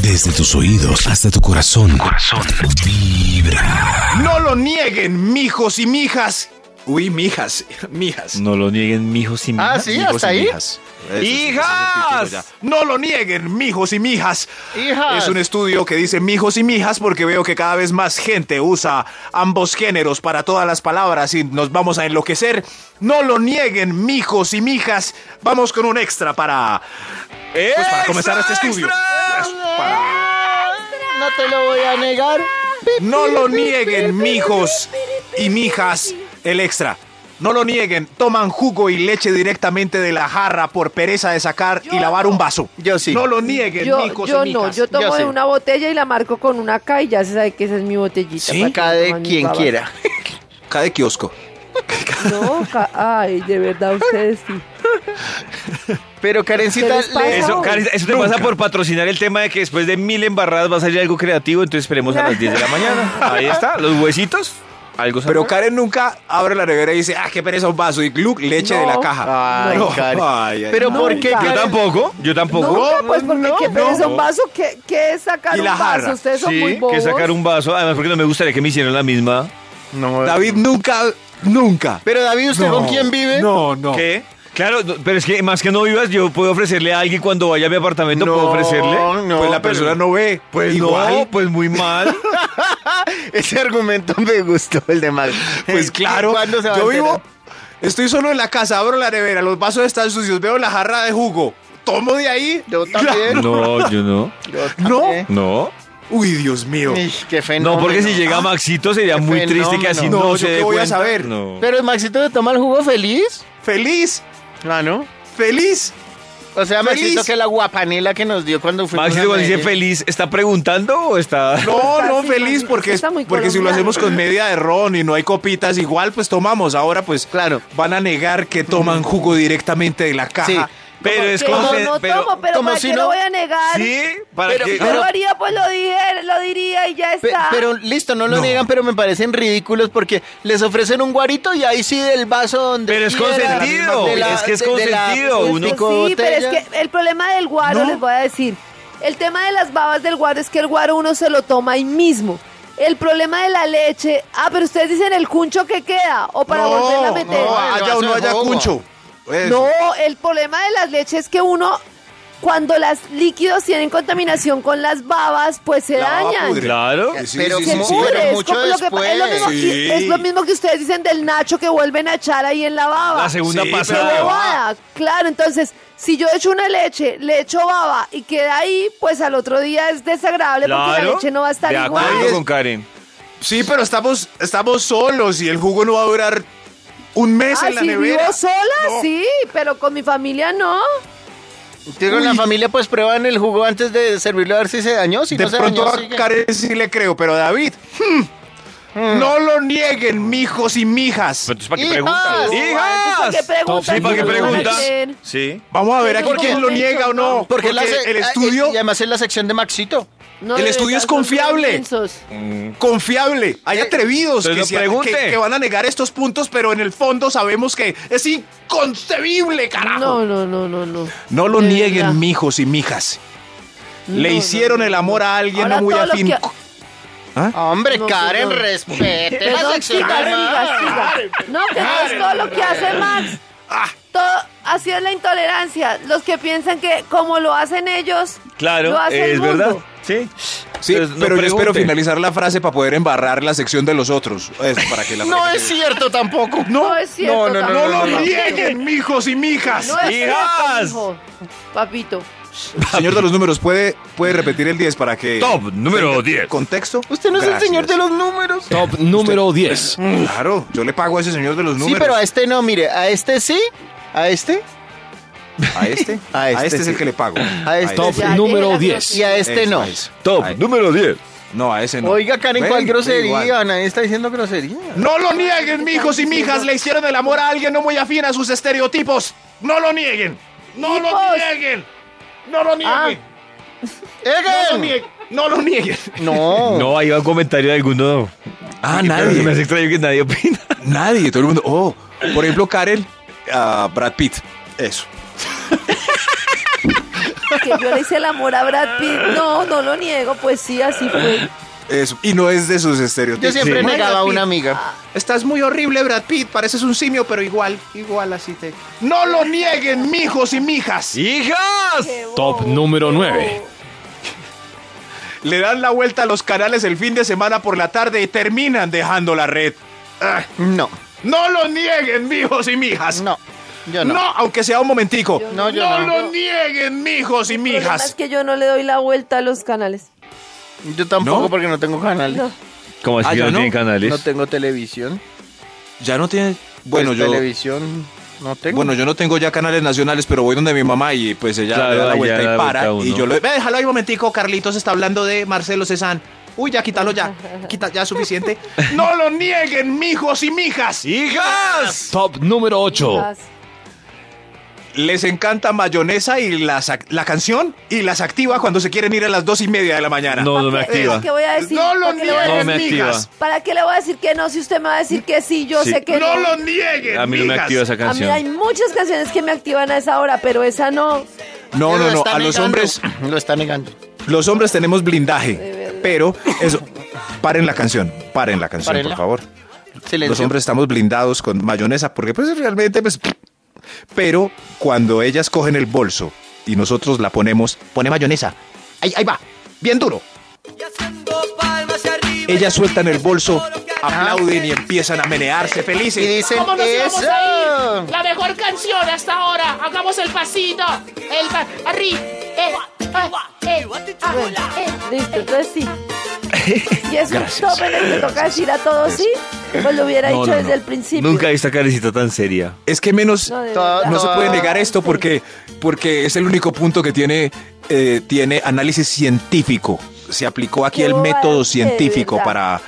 Desde tus oídos hasta tu corazón. Corazón. Vibra. No lo nieguen, mijos y mijas. Uy, mijas, mijas. No lo nieguen, mijos y Ah, mijas. sí, mijos hasta y ahí. mijas. ¡Hijas! No lo nieguen, mijos y mijas. Hijas. Es un estudio que dice mijos y mijas porque veo que cada vez más gente usa ambos géneros para todas las palabras y nos vamos a enloquecer. No lo nieguen, mijos y mijas. Vamos con un extra para. Pues para comenzar este estudio. Para- No te lo voy a negar. No lo nieguen, mijos y mijas, el extra. No lo nieguen, toman jugo y leche directamente de la jarra por pereza de sacar y lavar un vaso. Yo sí. No lo nieguen, Yo, mijos yo y no, mijas. yo tomo Yo de sí. una botella y la marco con una K y ya se sabe que esa es mi botellita. ¿Sí? para que Cada no de coman mis quien babas. quiera. Cada kiosco. No, ca- ay, de verdad ustedes sí. Pero Karencita, les pasa? le- Eso, Karen, eso te pasa por patrocinar el tema de que después de mil embarradas va a salir algo creativo, entonces esperemos a las 10 de la mañana. Ahí está, los huesitos. Algo saldrá. Pero Karen nunca abre la nevera y dice, ah, qué pereza un vaso y gluc, leche de la No. caja. Ay, No. Karen. Ay, ay, Pero ay. ¿por qué Nunca. Yo Karen? tampoco, yo tampoco. Nunca, pues, porque no, qué pereza no. un vaso, ¿qué, qué es sacar Y un la vaso? jarra. Ustedes son muy Sí, bobos. que sacar un vaso. Además, porque no me gustaría que me hicieran la misma. No. David nunca, nunca. Pero David, ¿usted No. con quién vive? No, no. ¿Qué? Claro, no, pero es que más que no vivas, yo puedo ofrecerle a alguien cuando vaya a mi apartamento, No, puedo ofrecerle. no, pues la pero- persona no ve. Pues Igual, no, pues muy mal. Ese argumento me gustó, el de Max. Eh, Pues claro, ¿Cuándo se va yo a enterar? vivo, estoy solo en la casa, abro la nevera, los vasos están sucios, veo la jarra de jugo, tomo de ahí. Yo y- también. No, yo no. Yo No. también. No. Uy, Dios mío. Ish, Qué fenómeno. No, porque si llega Maxito sería Ah, Qué muy triste que así fenómeno. no, No, se ¿yo dé qué voy a cuenta. saber? No. Pero el Maxito de toma el jugo feliz. Feliz, Ah, ¿no? feliz. O sea, Feliz. Maxito que la guapanela que nos dio cuando fuimos Maxito a cuando dice Medellín. feliz, ¿está preguntando o está...? No, Está no, así, feliz, mami, porque, es que está muy porque si lo colombiano. hacemos con media de ron y no hay copitas, igual pues tomamos. Ahora pues Claro. van a negar que toman jugo directamente de la caja. Sí. Pero es Que como... yo se- no pero- tomo, pero como ¿para si qué no- lo voy a negar? Sí, para Pero- que... Si lo haría, pues lo, dije, lo diría y ya Pe- está. pero listo, no lo No. niegan, pero me parecen ridículos porque les ofrecen un guarito y ahí sí del vaso donde. Pero es quiera, consentido, de la- es que es de- de la consentido, Pues uno- que sí, botella. pero es que el problema del guaro, No. les voy a decir, el tema de las babas del guaro es que el guaro uno se lo toma ahí mismo. El problema de la leche, ah, pero ustedes dicen el cuncho que queda, o para volverla a meter. no, Ay, haya lo o no hace haya jugo. cuncho. No, Eso. el problema de las leches es que uno, cuando las líquidos tienen contaminación con las babas, pues se La baba dañan. pudre. Claro. Sí, pero sí, Se sí, sí. pudre, pero es mucho como lo que pa- es lo mismo- después. y- es lo mismo que ustedes dicen del nacho que vuelven a echar ahí en la baba. La segunda Sí, Qué pero- pasada. bobada. Claro, entonces, si yo echo una leche, le echo baba y queda ahí, pues al otro día es desagradable porque la Claro. leche no va a estar De igual. acuerdo con Karen. Sí, pero estamos, estamos solos y el jugo no va a durar un mes Ah, en la si nevera. vivo sola, No. sí, pero con mi familia no. Entonces, con la Uy. familia pues prueban el jugo antes de servirlo a ver si se dañó, si De no se pronto dañó. a sigue. Karen sí le creo, pero David, hmm, no lo nieguen, mijos y mijas. Pero entonces, ¿para qué ¡Hijas! preguntas? No, entonces, pues, ¿para Sí, ¿para qué preguntas? qué No lo van a preguntas? creer. Sí. Vamos a ver Pero aquí ¿por qué? quién lo niega o no. No, Porque, él hace- el ah, estudio Y además es la sección de Maxito. No, El de estudio verdad, es son muy confiable. densos. confiable. Hay atrevidos entonces que, se- no pregunte. que- que van a negar estos puntos, pero en el fondo sabemos que es inconcebible, carajo. No, no, no, no, no. No lo De verdad. nieguen, mijos y mijas. No, Le no, hicieron no, el no. amor a alguien Ahora no muy todos los afín. que- Hombre, No, Karen, perdón. respete la Perdón, sección siga, de siga, Max. siga. No, que no es todo lo que hace Max. Ah, Todo, así es la intolerancia. Los que piensan que como lo hacen ellos, Claro, lo hace es el mundo. verdad. Sí. sí, Entonces, no pero yo espero pregunte. finalizar la frase para poder embarrar la sección de los otros. Es para que la No frase es quede- cierto tampoco. No, es cierto. no, no, tampoco. No lo nieguen, mijos y mijas. No es ¡Hijas! cierto, mijo. Papito. Señor de los números, ¿puede, puede repetir el 10 para que. Top número 10. ¿Contexto? Usted no es el Gracias. Mm, señor de los números. Top número 10. Claro, yo le pago a ese señor de los números. Sí, pero a este no, mire, a este sí, a este, a este. A A este este, es el sí. que le pago. a este Top sí, Ya, número deje la 10. y a este Eso, no. a ese. Top A- número 10. No, a ese no. Oiga, Karen, Ven, ¿cuál da grosería? igual. Nadie está diciendo grosería. No lo nieguen, mijos y mijas. Le hicieron el amor a alguien no muy afín a sus estereotipos. No lo nieguen. No lo Tipos. nieguen. No Ah. lo nieguen. No lo ¡Egan! nieguen. No lo nieguen. No. No, ahí va un comentario de alguno. Ah, Pero se me hace extraño que nadie opina. Nadie, todo el mundo. Oh, por ejemplo, Karen, a Brad Pitt. Eso. que yo le hice el amor a Brad Pitt. No, no lo niego, pues sí, así fue. Eso. Y no es de sus Yo estereotipos. siempre Ay, negaba a Brad una Pitt, amiga. Estás muy horrible, Brad Pitt. Pareces un simio, pero igual, igual así te. ¡No lo nieguen, mijos y mijas! ¡Hijas! Qué bobo, Top número qué bobo. nueve. Le dan la vuelta a los canales el fin de semana por la tarde y terminan dejando la red. Ah, No, ¡No lo nieguen, mijos y mijas! no, yo No, no. aunque sea un momentico. Yo no. No, yo no. lo nieguen, mijos y El problema Es mijas. que yo no le doy la vuelta a los canales. Yo tampoco ¿No? porque no tengo canales. No. No. ¿Cómo así Ah, que ¿ya no, no? tienen canales? tengo televisión. Ya no tiene. Bueno, Bueno, yo. televisión no tengo. Bueno, yo no tengo ya canales nacionales, pero voy donde mi mamá y pues ella Claro, le da la ahí vuelta ya y la para. vuelta y uno. yo lo. Ve, déjalo ahí un momentico, Carlitos está hablando de Marcelo Cezán. Uy, ya quítalo ya. Quita, ya suficiente. ¡No lo nieguen, mijos y mijas! ¡Hijas! Top número 8. Hijas. Les encanta mayonesa y las ac- la canción y las activa cuando se quieren ir a las dos y media de la mañana. No, no me ¿Para qué- activa. para qué voy a decir? ¡No lo ¿Para qué le voy a No nieguen, me decir? activa. mijas! ¿Para qué le voy a decir que no si usted me va a decir que sí? Yo Sí. sé que ¡No no. lo nieguen, A mí no me mijas! activa esa a mí canción. hay muchas canciones que me activan a esa hora, pero esa no. No, no, Lo no. está A los negando. hombres, Lo está negando. los hombres tenemos De blindaje. verdad. Pero eso. Paren la canción. Paren la canción, por Párenla. favor. Silencio. Los hombres estamos blindados con mayonesa porque pues realmente pues. Pero cuando ellas cogen el bolso y nosotros la ponemos, pone mayonesa. Ahí, ahí va, bien duro. Ellas sueltan el bolso, aplauden y empiezan a menearse felices. Ah, Y dicen Vámonos y vamos a eso. ir. La mejor canción hasta ahora. Hagamos el pasito. El pa arriba. Eh, ah, eh, ah, Bueno, eh. listo, entonces sí. Y es Gracias. un top en el que toca decir a todos sí, pues lo hubiera No, dicho no, no. desde el principio. Nunca he visto a Karencita tan seria. Es que menos de Todo- verdad. no se puede negar esto porque porque es el único punto que tiene eh, tiene análisis científico. Se aplicó aquí Qué el bobada, método de científico verdad. para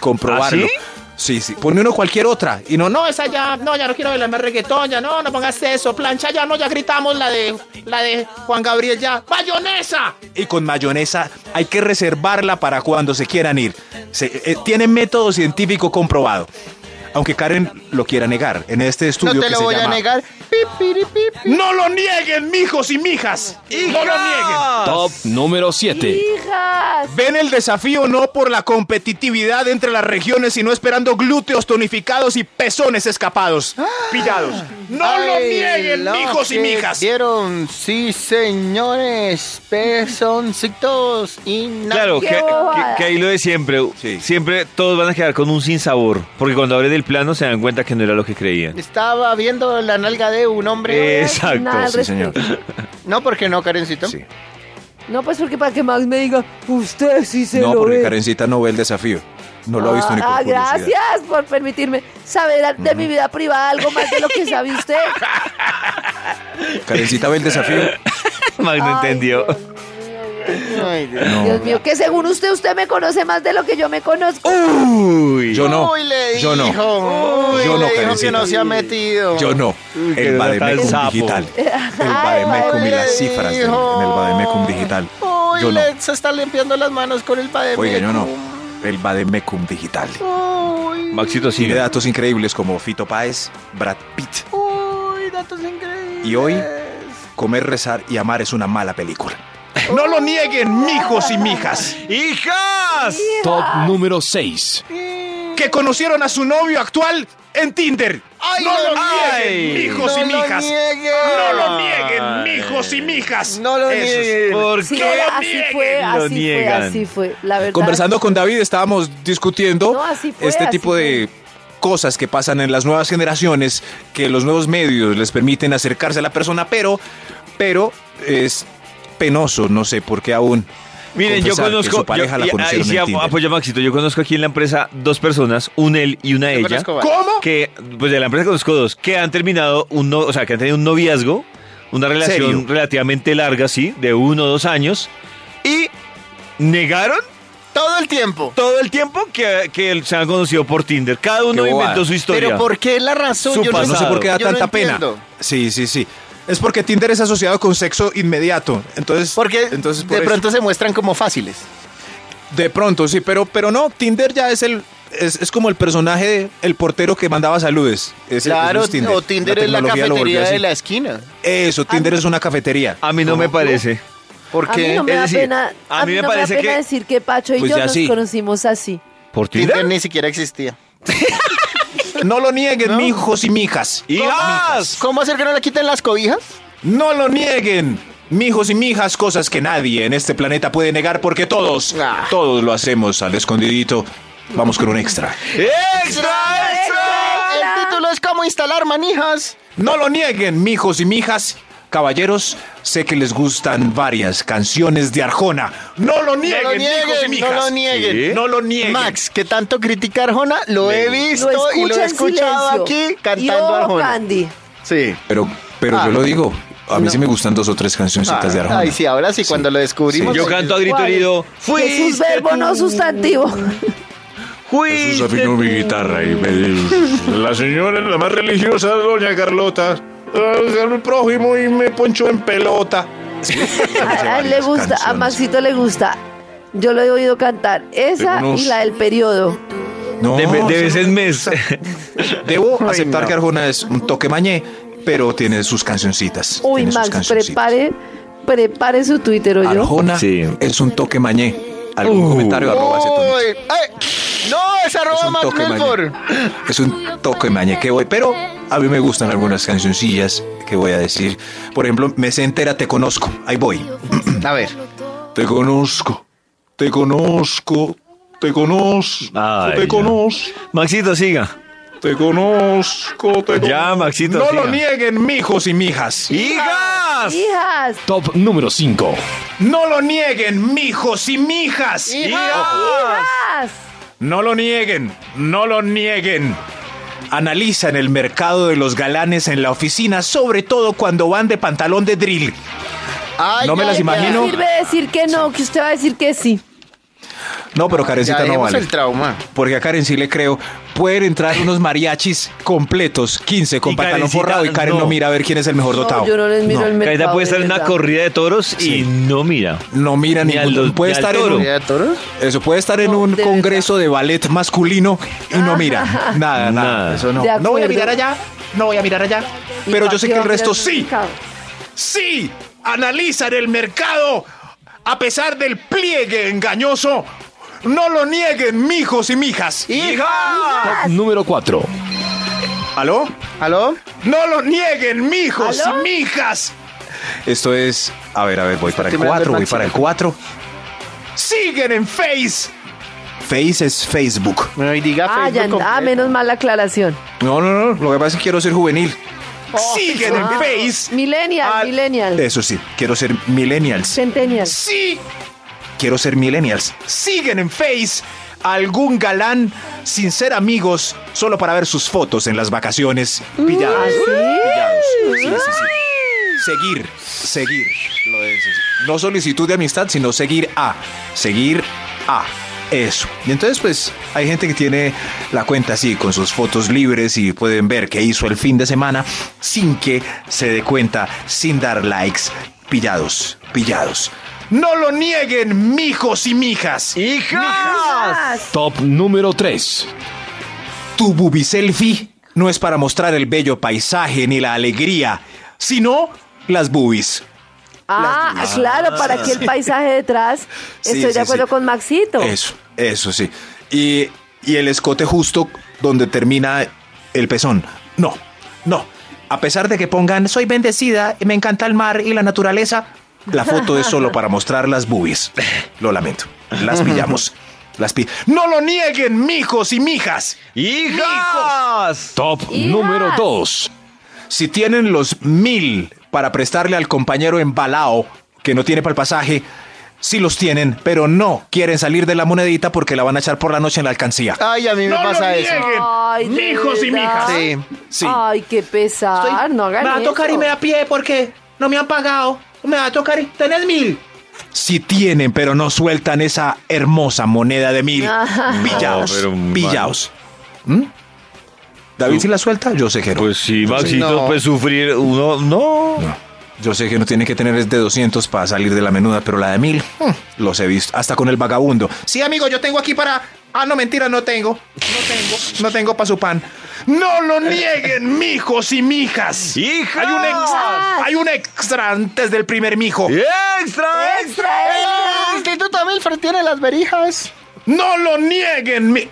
comprobarlo. ¿Ah, sí? sí, Pone uno cualquier otra y no, no, No, esa ya, no, ya no quiero bailar más reggaetón, ya no, no pongas eso, plancha ya no, ya gritamos la de la de Juan Gabriel ya. ¡Mayonesa! y con mayonesa hay que reservarla para cuando se quieran ir. Se- eh, tiene método científico comprobado. Aunque Karen lo quiera negar, en este estudio No te que lo se voy a llama- negar. ¡No lo nieguen, mijos y mijas! ¡No lo nieguen! Top número 7. Hijas. Ven el desafío no por la competitividad entre las regiones, sino esperando glúteos tonificados y pezones escapados, ¡Ah! pillados. ¡No lo Ay, nieguen, lo mijos y que mijas! Vieron, sí, señores, pezoncitos y nada. Claro, Qué que, bobada. que- que ahí lo de siempre. Sí. Siempre todos van a quedar con un sinsabor. Porque cuando abren el plano se dan cuenta que no era lo que creían. Estaba viendo la nalga de un hombre. Es- Exacto, Nada al sí, respecto. No, porque no, Karencito. Sí. No, pues porque para que Max me diga, usted sí se No, lo porque ve. Karencita no ve el desafío. No lo ha visto ni por Ah, curiosidad. gracias por permitirme saber a- de mi vida privada algo más de lo que sabe usted. Karencita ve el desafío. Max no Ay, entendió. Dios mío, Dios mío. Ay, Dios. Dios mío, que según usted, usted me conoce más de lo que yo me conozco. Uy. Yo no. Uy, le yo no. dijo. Uy, Yo no, le dijo que Karencita. no se ha metido. Yo no. Uy, qué el tan Bademecum sapo. digital. El Ay, Bademecum y las cifras del, en el Bademecum digital. Uy, Yo no. le- se está limpiando las manos con el pademecum. Oiga, yo no. El Bademecum digital. Uy, Maxito Tiene sigue. datos increíbles como Fito Páez, Brad Pitt. uy, datos increíbles. Y hoy, Comer, rezar y amar es una mala película. No lo nieguen, mijos y mijas, ¡Hijas! Top número 6. que conocieron a su novio actual en Tinder. no lo ay, nieguen, mijos no y lo mijas. nieguen. No lo nieguen, mijos y mijas. No lo Eso es- nieguen. ¿Por Sí, qué? así fue, Lo así fue, niegan. así fue. La verdad. Conversando con David estábamos discutiendo No, así fue, este así tipo de cosas que pasan en las nuevas generaciones, que los nuevos medios les permiten acercarse a la persona, pero, pero es penoso, no sé por qué aún. Miren, yo confesar que conozco. su pareja la yo- y- ahí conocieron sí en ap- Tinder. apoyo a Maxito. Yo conozco aquí en la empresa dos personas, un él y una Yo ella. conozco varios. ¿Cómo? que pues de la empresa conozco dos que han terminado un no- o sea que han tenido un noviazgo una relación ¿Serio? relativamente larga sí de uno o dos años y negaron Todo el tiempo. todo el tiempo que, que se han conocido por Tinder cada uno Qué bobada. inventó su historia Pero ¿por qué la razón? Su Yo pasado. No sé por qué da yo no tanta pena. entiendo. Sí, sí, sí. Es porque Tinder es asociado con sexo inmediato. Entonces, Porque entonces de por eso- pronto se muestran como fáciles. de pronto, sí, pero, pero no, Tinder ya es el, es, es como el personaje, de- el portero que mandaba saludes. Ese- Claro, eso es Tinder. o Tinder es la tecnología lo volvió cafetería de así. la Ah, esquina. Eso, Tinder es una cafetería. A mí no me parece. ¿Por A mí qué? no me Es da decir, pena, a mí no me da parece pena que- decir que Pacho y Pues yo ya nos sí. conocimos así. ¿Por Tinder ni siquiera existía. No lo nieguen, mijos y mijas. ¡Hijas! ¿Cómo hacer que no le quiten las cobijas? No lo nieguen. Mijos y mijas, cosas que nadie en este planeta puede negar porque todos, Ah. todos lo hacemos al escondidito. Vamos con un extra. ¡Extra, extra! El título es cómo instalar manijas. No lo nieguen, mijos y mijas. Caballeros, sé que les gustan varias canciones de Arjona. No lo nieguen, no lo mijos y nieguen, mijas. no lo nieguen. Sí. No lo nieguen. Max, que tanto critica a Arjona, lo he visto Lo y lo he escucha en escuchado silencio. aquí y cantando oh, a Arjona. Candy. Sí. Pero, pero Ah. yo lo digo. A mí No. Ah, sí me gustan dos o tres cancioncitas de Arjona. Ay, sí, ahora sí, cuando lo descubrimos. Yo canto a grito ¿Cuál? herido. Que Es un ¡Fuiste verbo no sustantivo. ¡Fuiste Desafinó mi guitarra y me dijo, la señora, la más religiosa, doña Carlota, eh, al prójimo y me ponchó en pelota. A, a él le gusta, a Maxito le gusta. Yo lo he oído cantar. Esa y la del periodo. No, De, de sí. vez en mes. Debo aceptar que Arjona es un toque mañé, pero tiene sus cancioncitas. Uy, tiene sus Max, cancioncitas. prepare, prepare su Twitter, ¿oyó? Arjona Sí. es un toque mañé. Algún comentario arroba ese Uy, tonito. ay, no, Es es arroba un Max toque Melford. mañé. Es un toque mañé que voy, pero a mí me gustan algunas cancioncillas que voy a decir. Por ejemplo, me sé entera, te conozco. Ahí voy. A ver. Te conozco, te conozco, te conozco, Ay, te ya. conozco, Maxito, siga. te conozco, te Ya, conozco. Maxito, No siga. lo nieguen, mijos y mijas. ¡Hijas! Hijas. Top número 5. No lo nieguen, mijos y mijas. Hijas. No lo nieguen, no lo nieguen. Analizan el mercado de los galanes en la oficina, sobre todo cuando van de pantalón de drill. Ay, No me ay, las ay. imagino. No sirve decir que no, que usted va a decir que sí. No, pero Ah, Ya Karencita no dejemos vale. el trauma. Porque a Karen sí le creo. Pueden entrar unos mariachis completos, 15 con Y pantalón Karencita, forrado y Karen no. no. mira a ver quién es el mejor dotado. No, yo no les miro el mercado. Carita puede estar de en una verdad. corrida de toros y no mira. No mira Ni al ningún- do- puede ni al estar en toro. un- ¿Ya, toros? eso puede estar en No, un de congreso de ballet masculino y no mira nada, nada, Nada. eso no. De No voy a acuerdo. mirar allá, no voy a mirar allá. ¿Y Pero pa' yo sé qué que el va a mirar resto sí. mercado? Sí, analizan el mercado a pesar del pliegue engañoso. No lo nieguen, mijos y mijas. Top número 4. ¿Aló? ¿Aló? No lo nieguen, mijos ¿Aló? y mijas. Esto es, a ver, a ver, voy para el timbrando el 4, voy máximo. para el 4. Siguen en Face. Face es Facebook. Ay, diga Ah, ya, Facebook ah, completo. menos mal la aclaración. No, no, no, lo que pasa es que quiero ser juvenil. Siguen en Ah, Face. Millennial, Ah, millennial. Eso sí, quiero ser millennials. Centennial. Sí. Quiero ser millennials. Siguen en Face a algún galán sin ser amigos, solo para ver sus fotos en las vacaciones. Pillados. ¿Ah, sí? Pillados. Sí, sí, sí. Seguir, seguir. Lo es, es. No solicitud de amistad, sino seguir a. Seguir a. Eso. Y entonces, pues, hay gente que tiene la cuenta así, con sus fotos libres y pueden ver qué hizo el fin de semana sin que se dé cuenta, sin dar likes. Pillados, pillados. No lo nieguen, mijos y mijas. Hijas. Top número 3. Tu bubi selfie no es para mostrar el bello paisaje ni la alegría, sino las boobies. Ah, Las- claro, para que el paisaje detrás. Sí, Estoy sí, de acuerdo sí. con Maxito. Eso, eso sí. Y, y el escote justo donde termina el pezón. No, no. A pesar de que pongan soy bendecida y me encanta el mar y la naturaleza, la foto es solo para mostrar las boobies. Lo lamento. Las pillamos. Las pi- no lo nieguen, mijos y mijas. ¡Hijas! Top Hijas. número 2. Si tienen los mil para prestarle al compañero embalao que no tiene para el pasaje, sí los tienen, pero no quieren salir de la monedita porque la van a echar por la noche en la alcancía. Ay, a mí me pasa eso. Ay, de Mijos y verdad. mijas. Sí. Sí. Ay, qué pesar. Estoy- Ah, no hagan Me va a eso. tocar irme a pie porque no me han pagado. Me va a tocar. y- ¿Tenés mil? Si tienen, pero no sueltan esa hermosa moneda de mil. Ajá. Pillaos, No, pero, mano. pillaos. ¿Mm? David, si la suelta, yo sé que no. Pues sí, Maxito, No. pues sufrir uno. No. Yo sé que no tiene que tener es de 200 para salir de la menuda, pero la de mil, hmm, los he visto. Hasta con el vagabundo. Sí, amigo, yo tengo aquí para Ah, no, mentira, no tengo. No tengo. No tengo para su pan. No lo nieguen, mijos y mijas. ¡Hija! Hay un extra, hay un extra antes del primer mijo. ¡Extra! El Instituto Milford tiene las berijas. No lo nieguen, mi...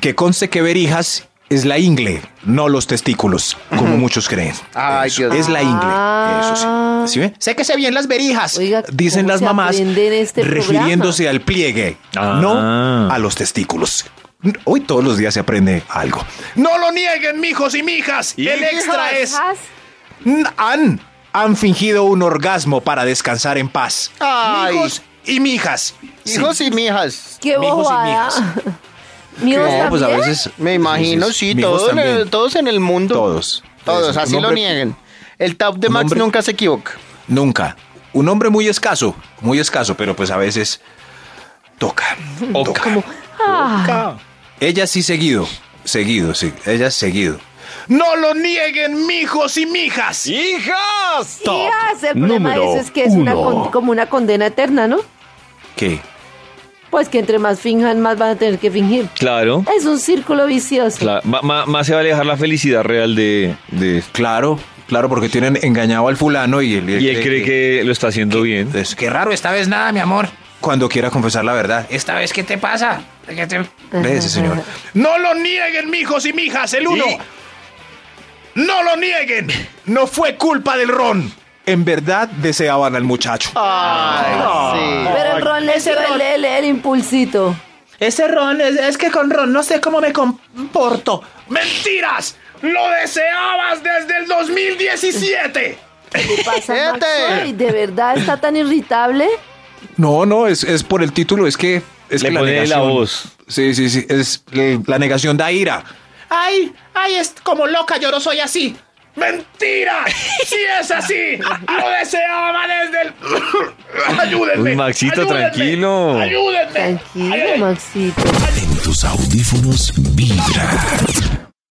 Que conste que verijas es la ingle, no los testículos, como muchos creen. Ay, Eso, Dios es la ingle, eso Ah. sí. ¿Sí ve? Sé que se bien las berijas. Oiga, Dicen ¿cómo las se mamás aprende en este refiriéndose al pliegue, no a los testículos. Hoy todos los días se aprende algo. No lo nieguen, mijos y mijas. El programa? extra es Hijas, han han fingido un orgasmo para descansar en paz. Ay. Mijos y mijas. Sí. Hijos y mijas. ¡Qué Mijos y bobada! ¿Mijos No, también? pues a veces. Me imagino, sí, Mijos todos en, también. el, todos en el mundo. Todos. Pues, Todos, así Un lo hombre- nieguen. El tap de un Max hombre- nunca se equivoca. Nunca. Un hombre muy escaso, muy escaso, pero pues a veces toca. toca. Ah. Ella sí seguido, seguido, sí. Ella seguido. No lo nieguen, mijos y mijas. ¡Hijas! Hijas, el problema de número eso es que es una uno. con- como una condena eterna, ¿no? ¿Qué? Pues que entre más finjan, más van a tener que fingir. Claro. Es un círculo vicioso. Cla- ma- ma- más se va a alejar la felicidad real de. de- Claro, claro, porque tienen engañado al fulano y él, y él cree que lo está haciendo bien. Es que Pues raro, esta vez nada, mi amor. Cuando quiera confesar la verdad. Esta vez, ¿qué te pasa? ¿Qué te- Ve ese señor. No lo nieguen, mijos y mijas, el uno. Sí. No lo nieguen. No fue culpa del ron. Ah. En verdad deseaban al muchacho. Ay, Pero el ron le Ese dio el, ron. el- el impulsito. Ese ron, es, es que con ron no sé cómo me comporto. ¡Mentiras! ¡Lo deseabas desde el 2017! ¿Qué pasa, Max, Siete. hoy? ¿De verdad está tan irritable? No, no, es, es por el título, es que. Es Le que pone la negación- voz. Sí, sí, sí. Es eh, la negación da ira. Ay, ay, es como loca, yo no soy así. ¡Mentira! ¡Si es así! ¡Lo deseaba desde el. ¡Ayúdenme! Uy, Maxito, ayúdenme, tranquilo. ¡Ayúdenme! Tranquilo, Maxito. En tus audífonos vibra.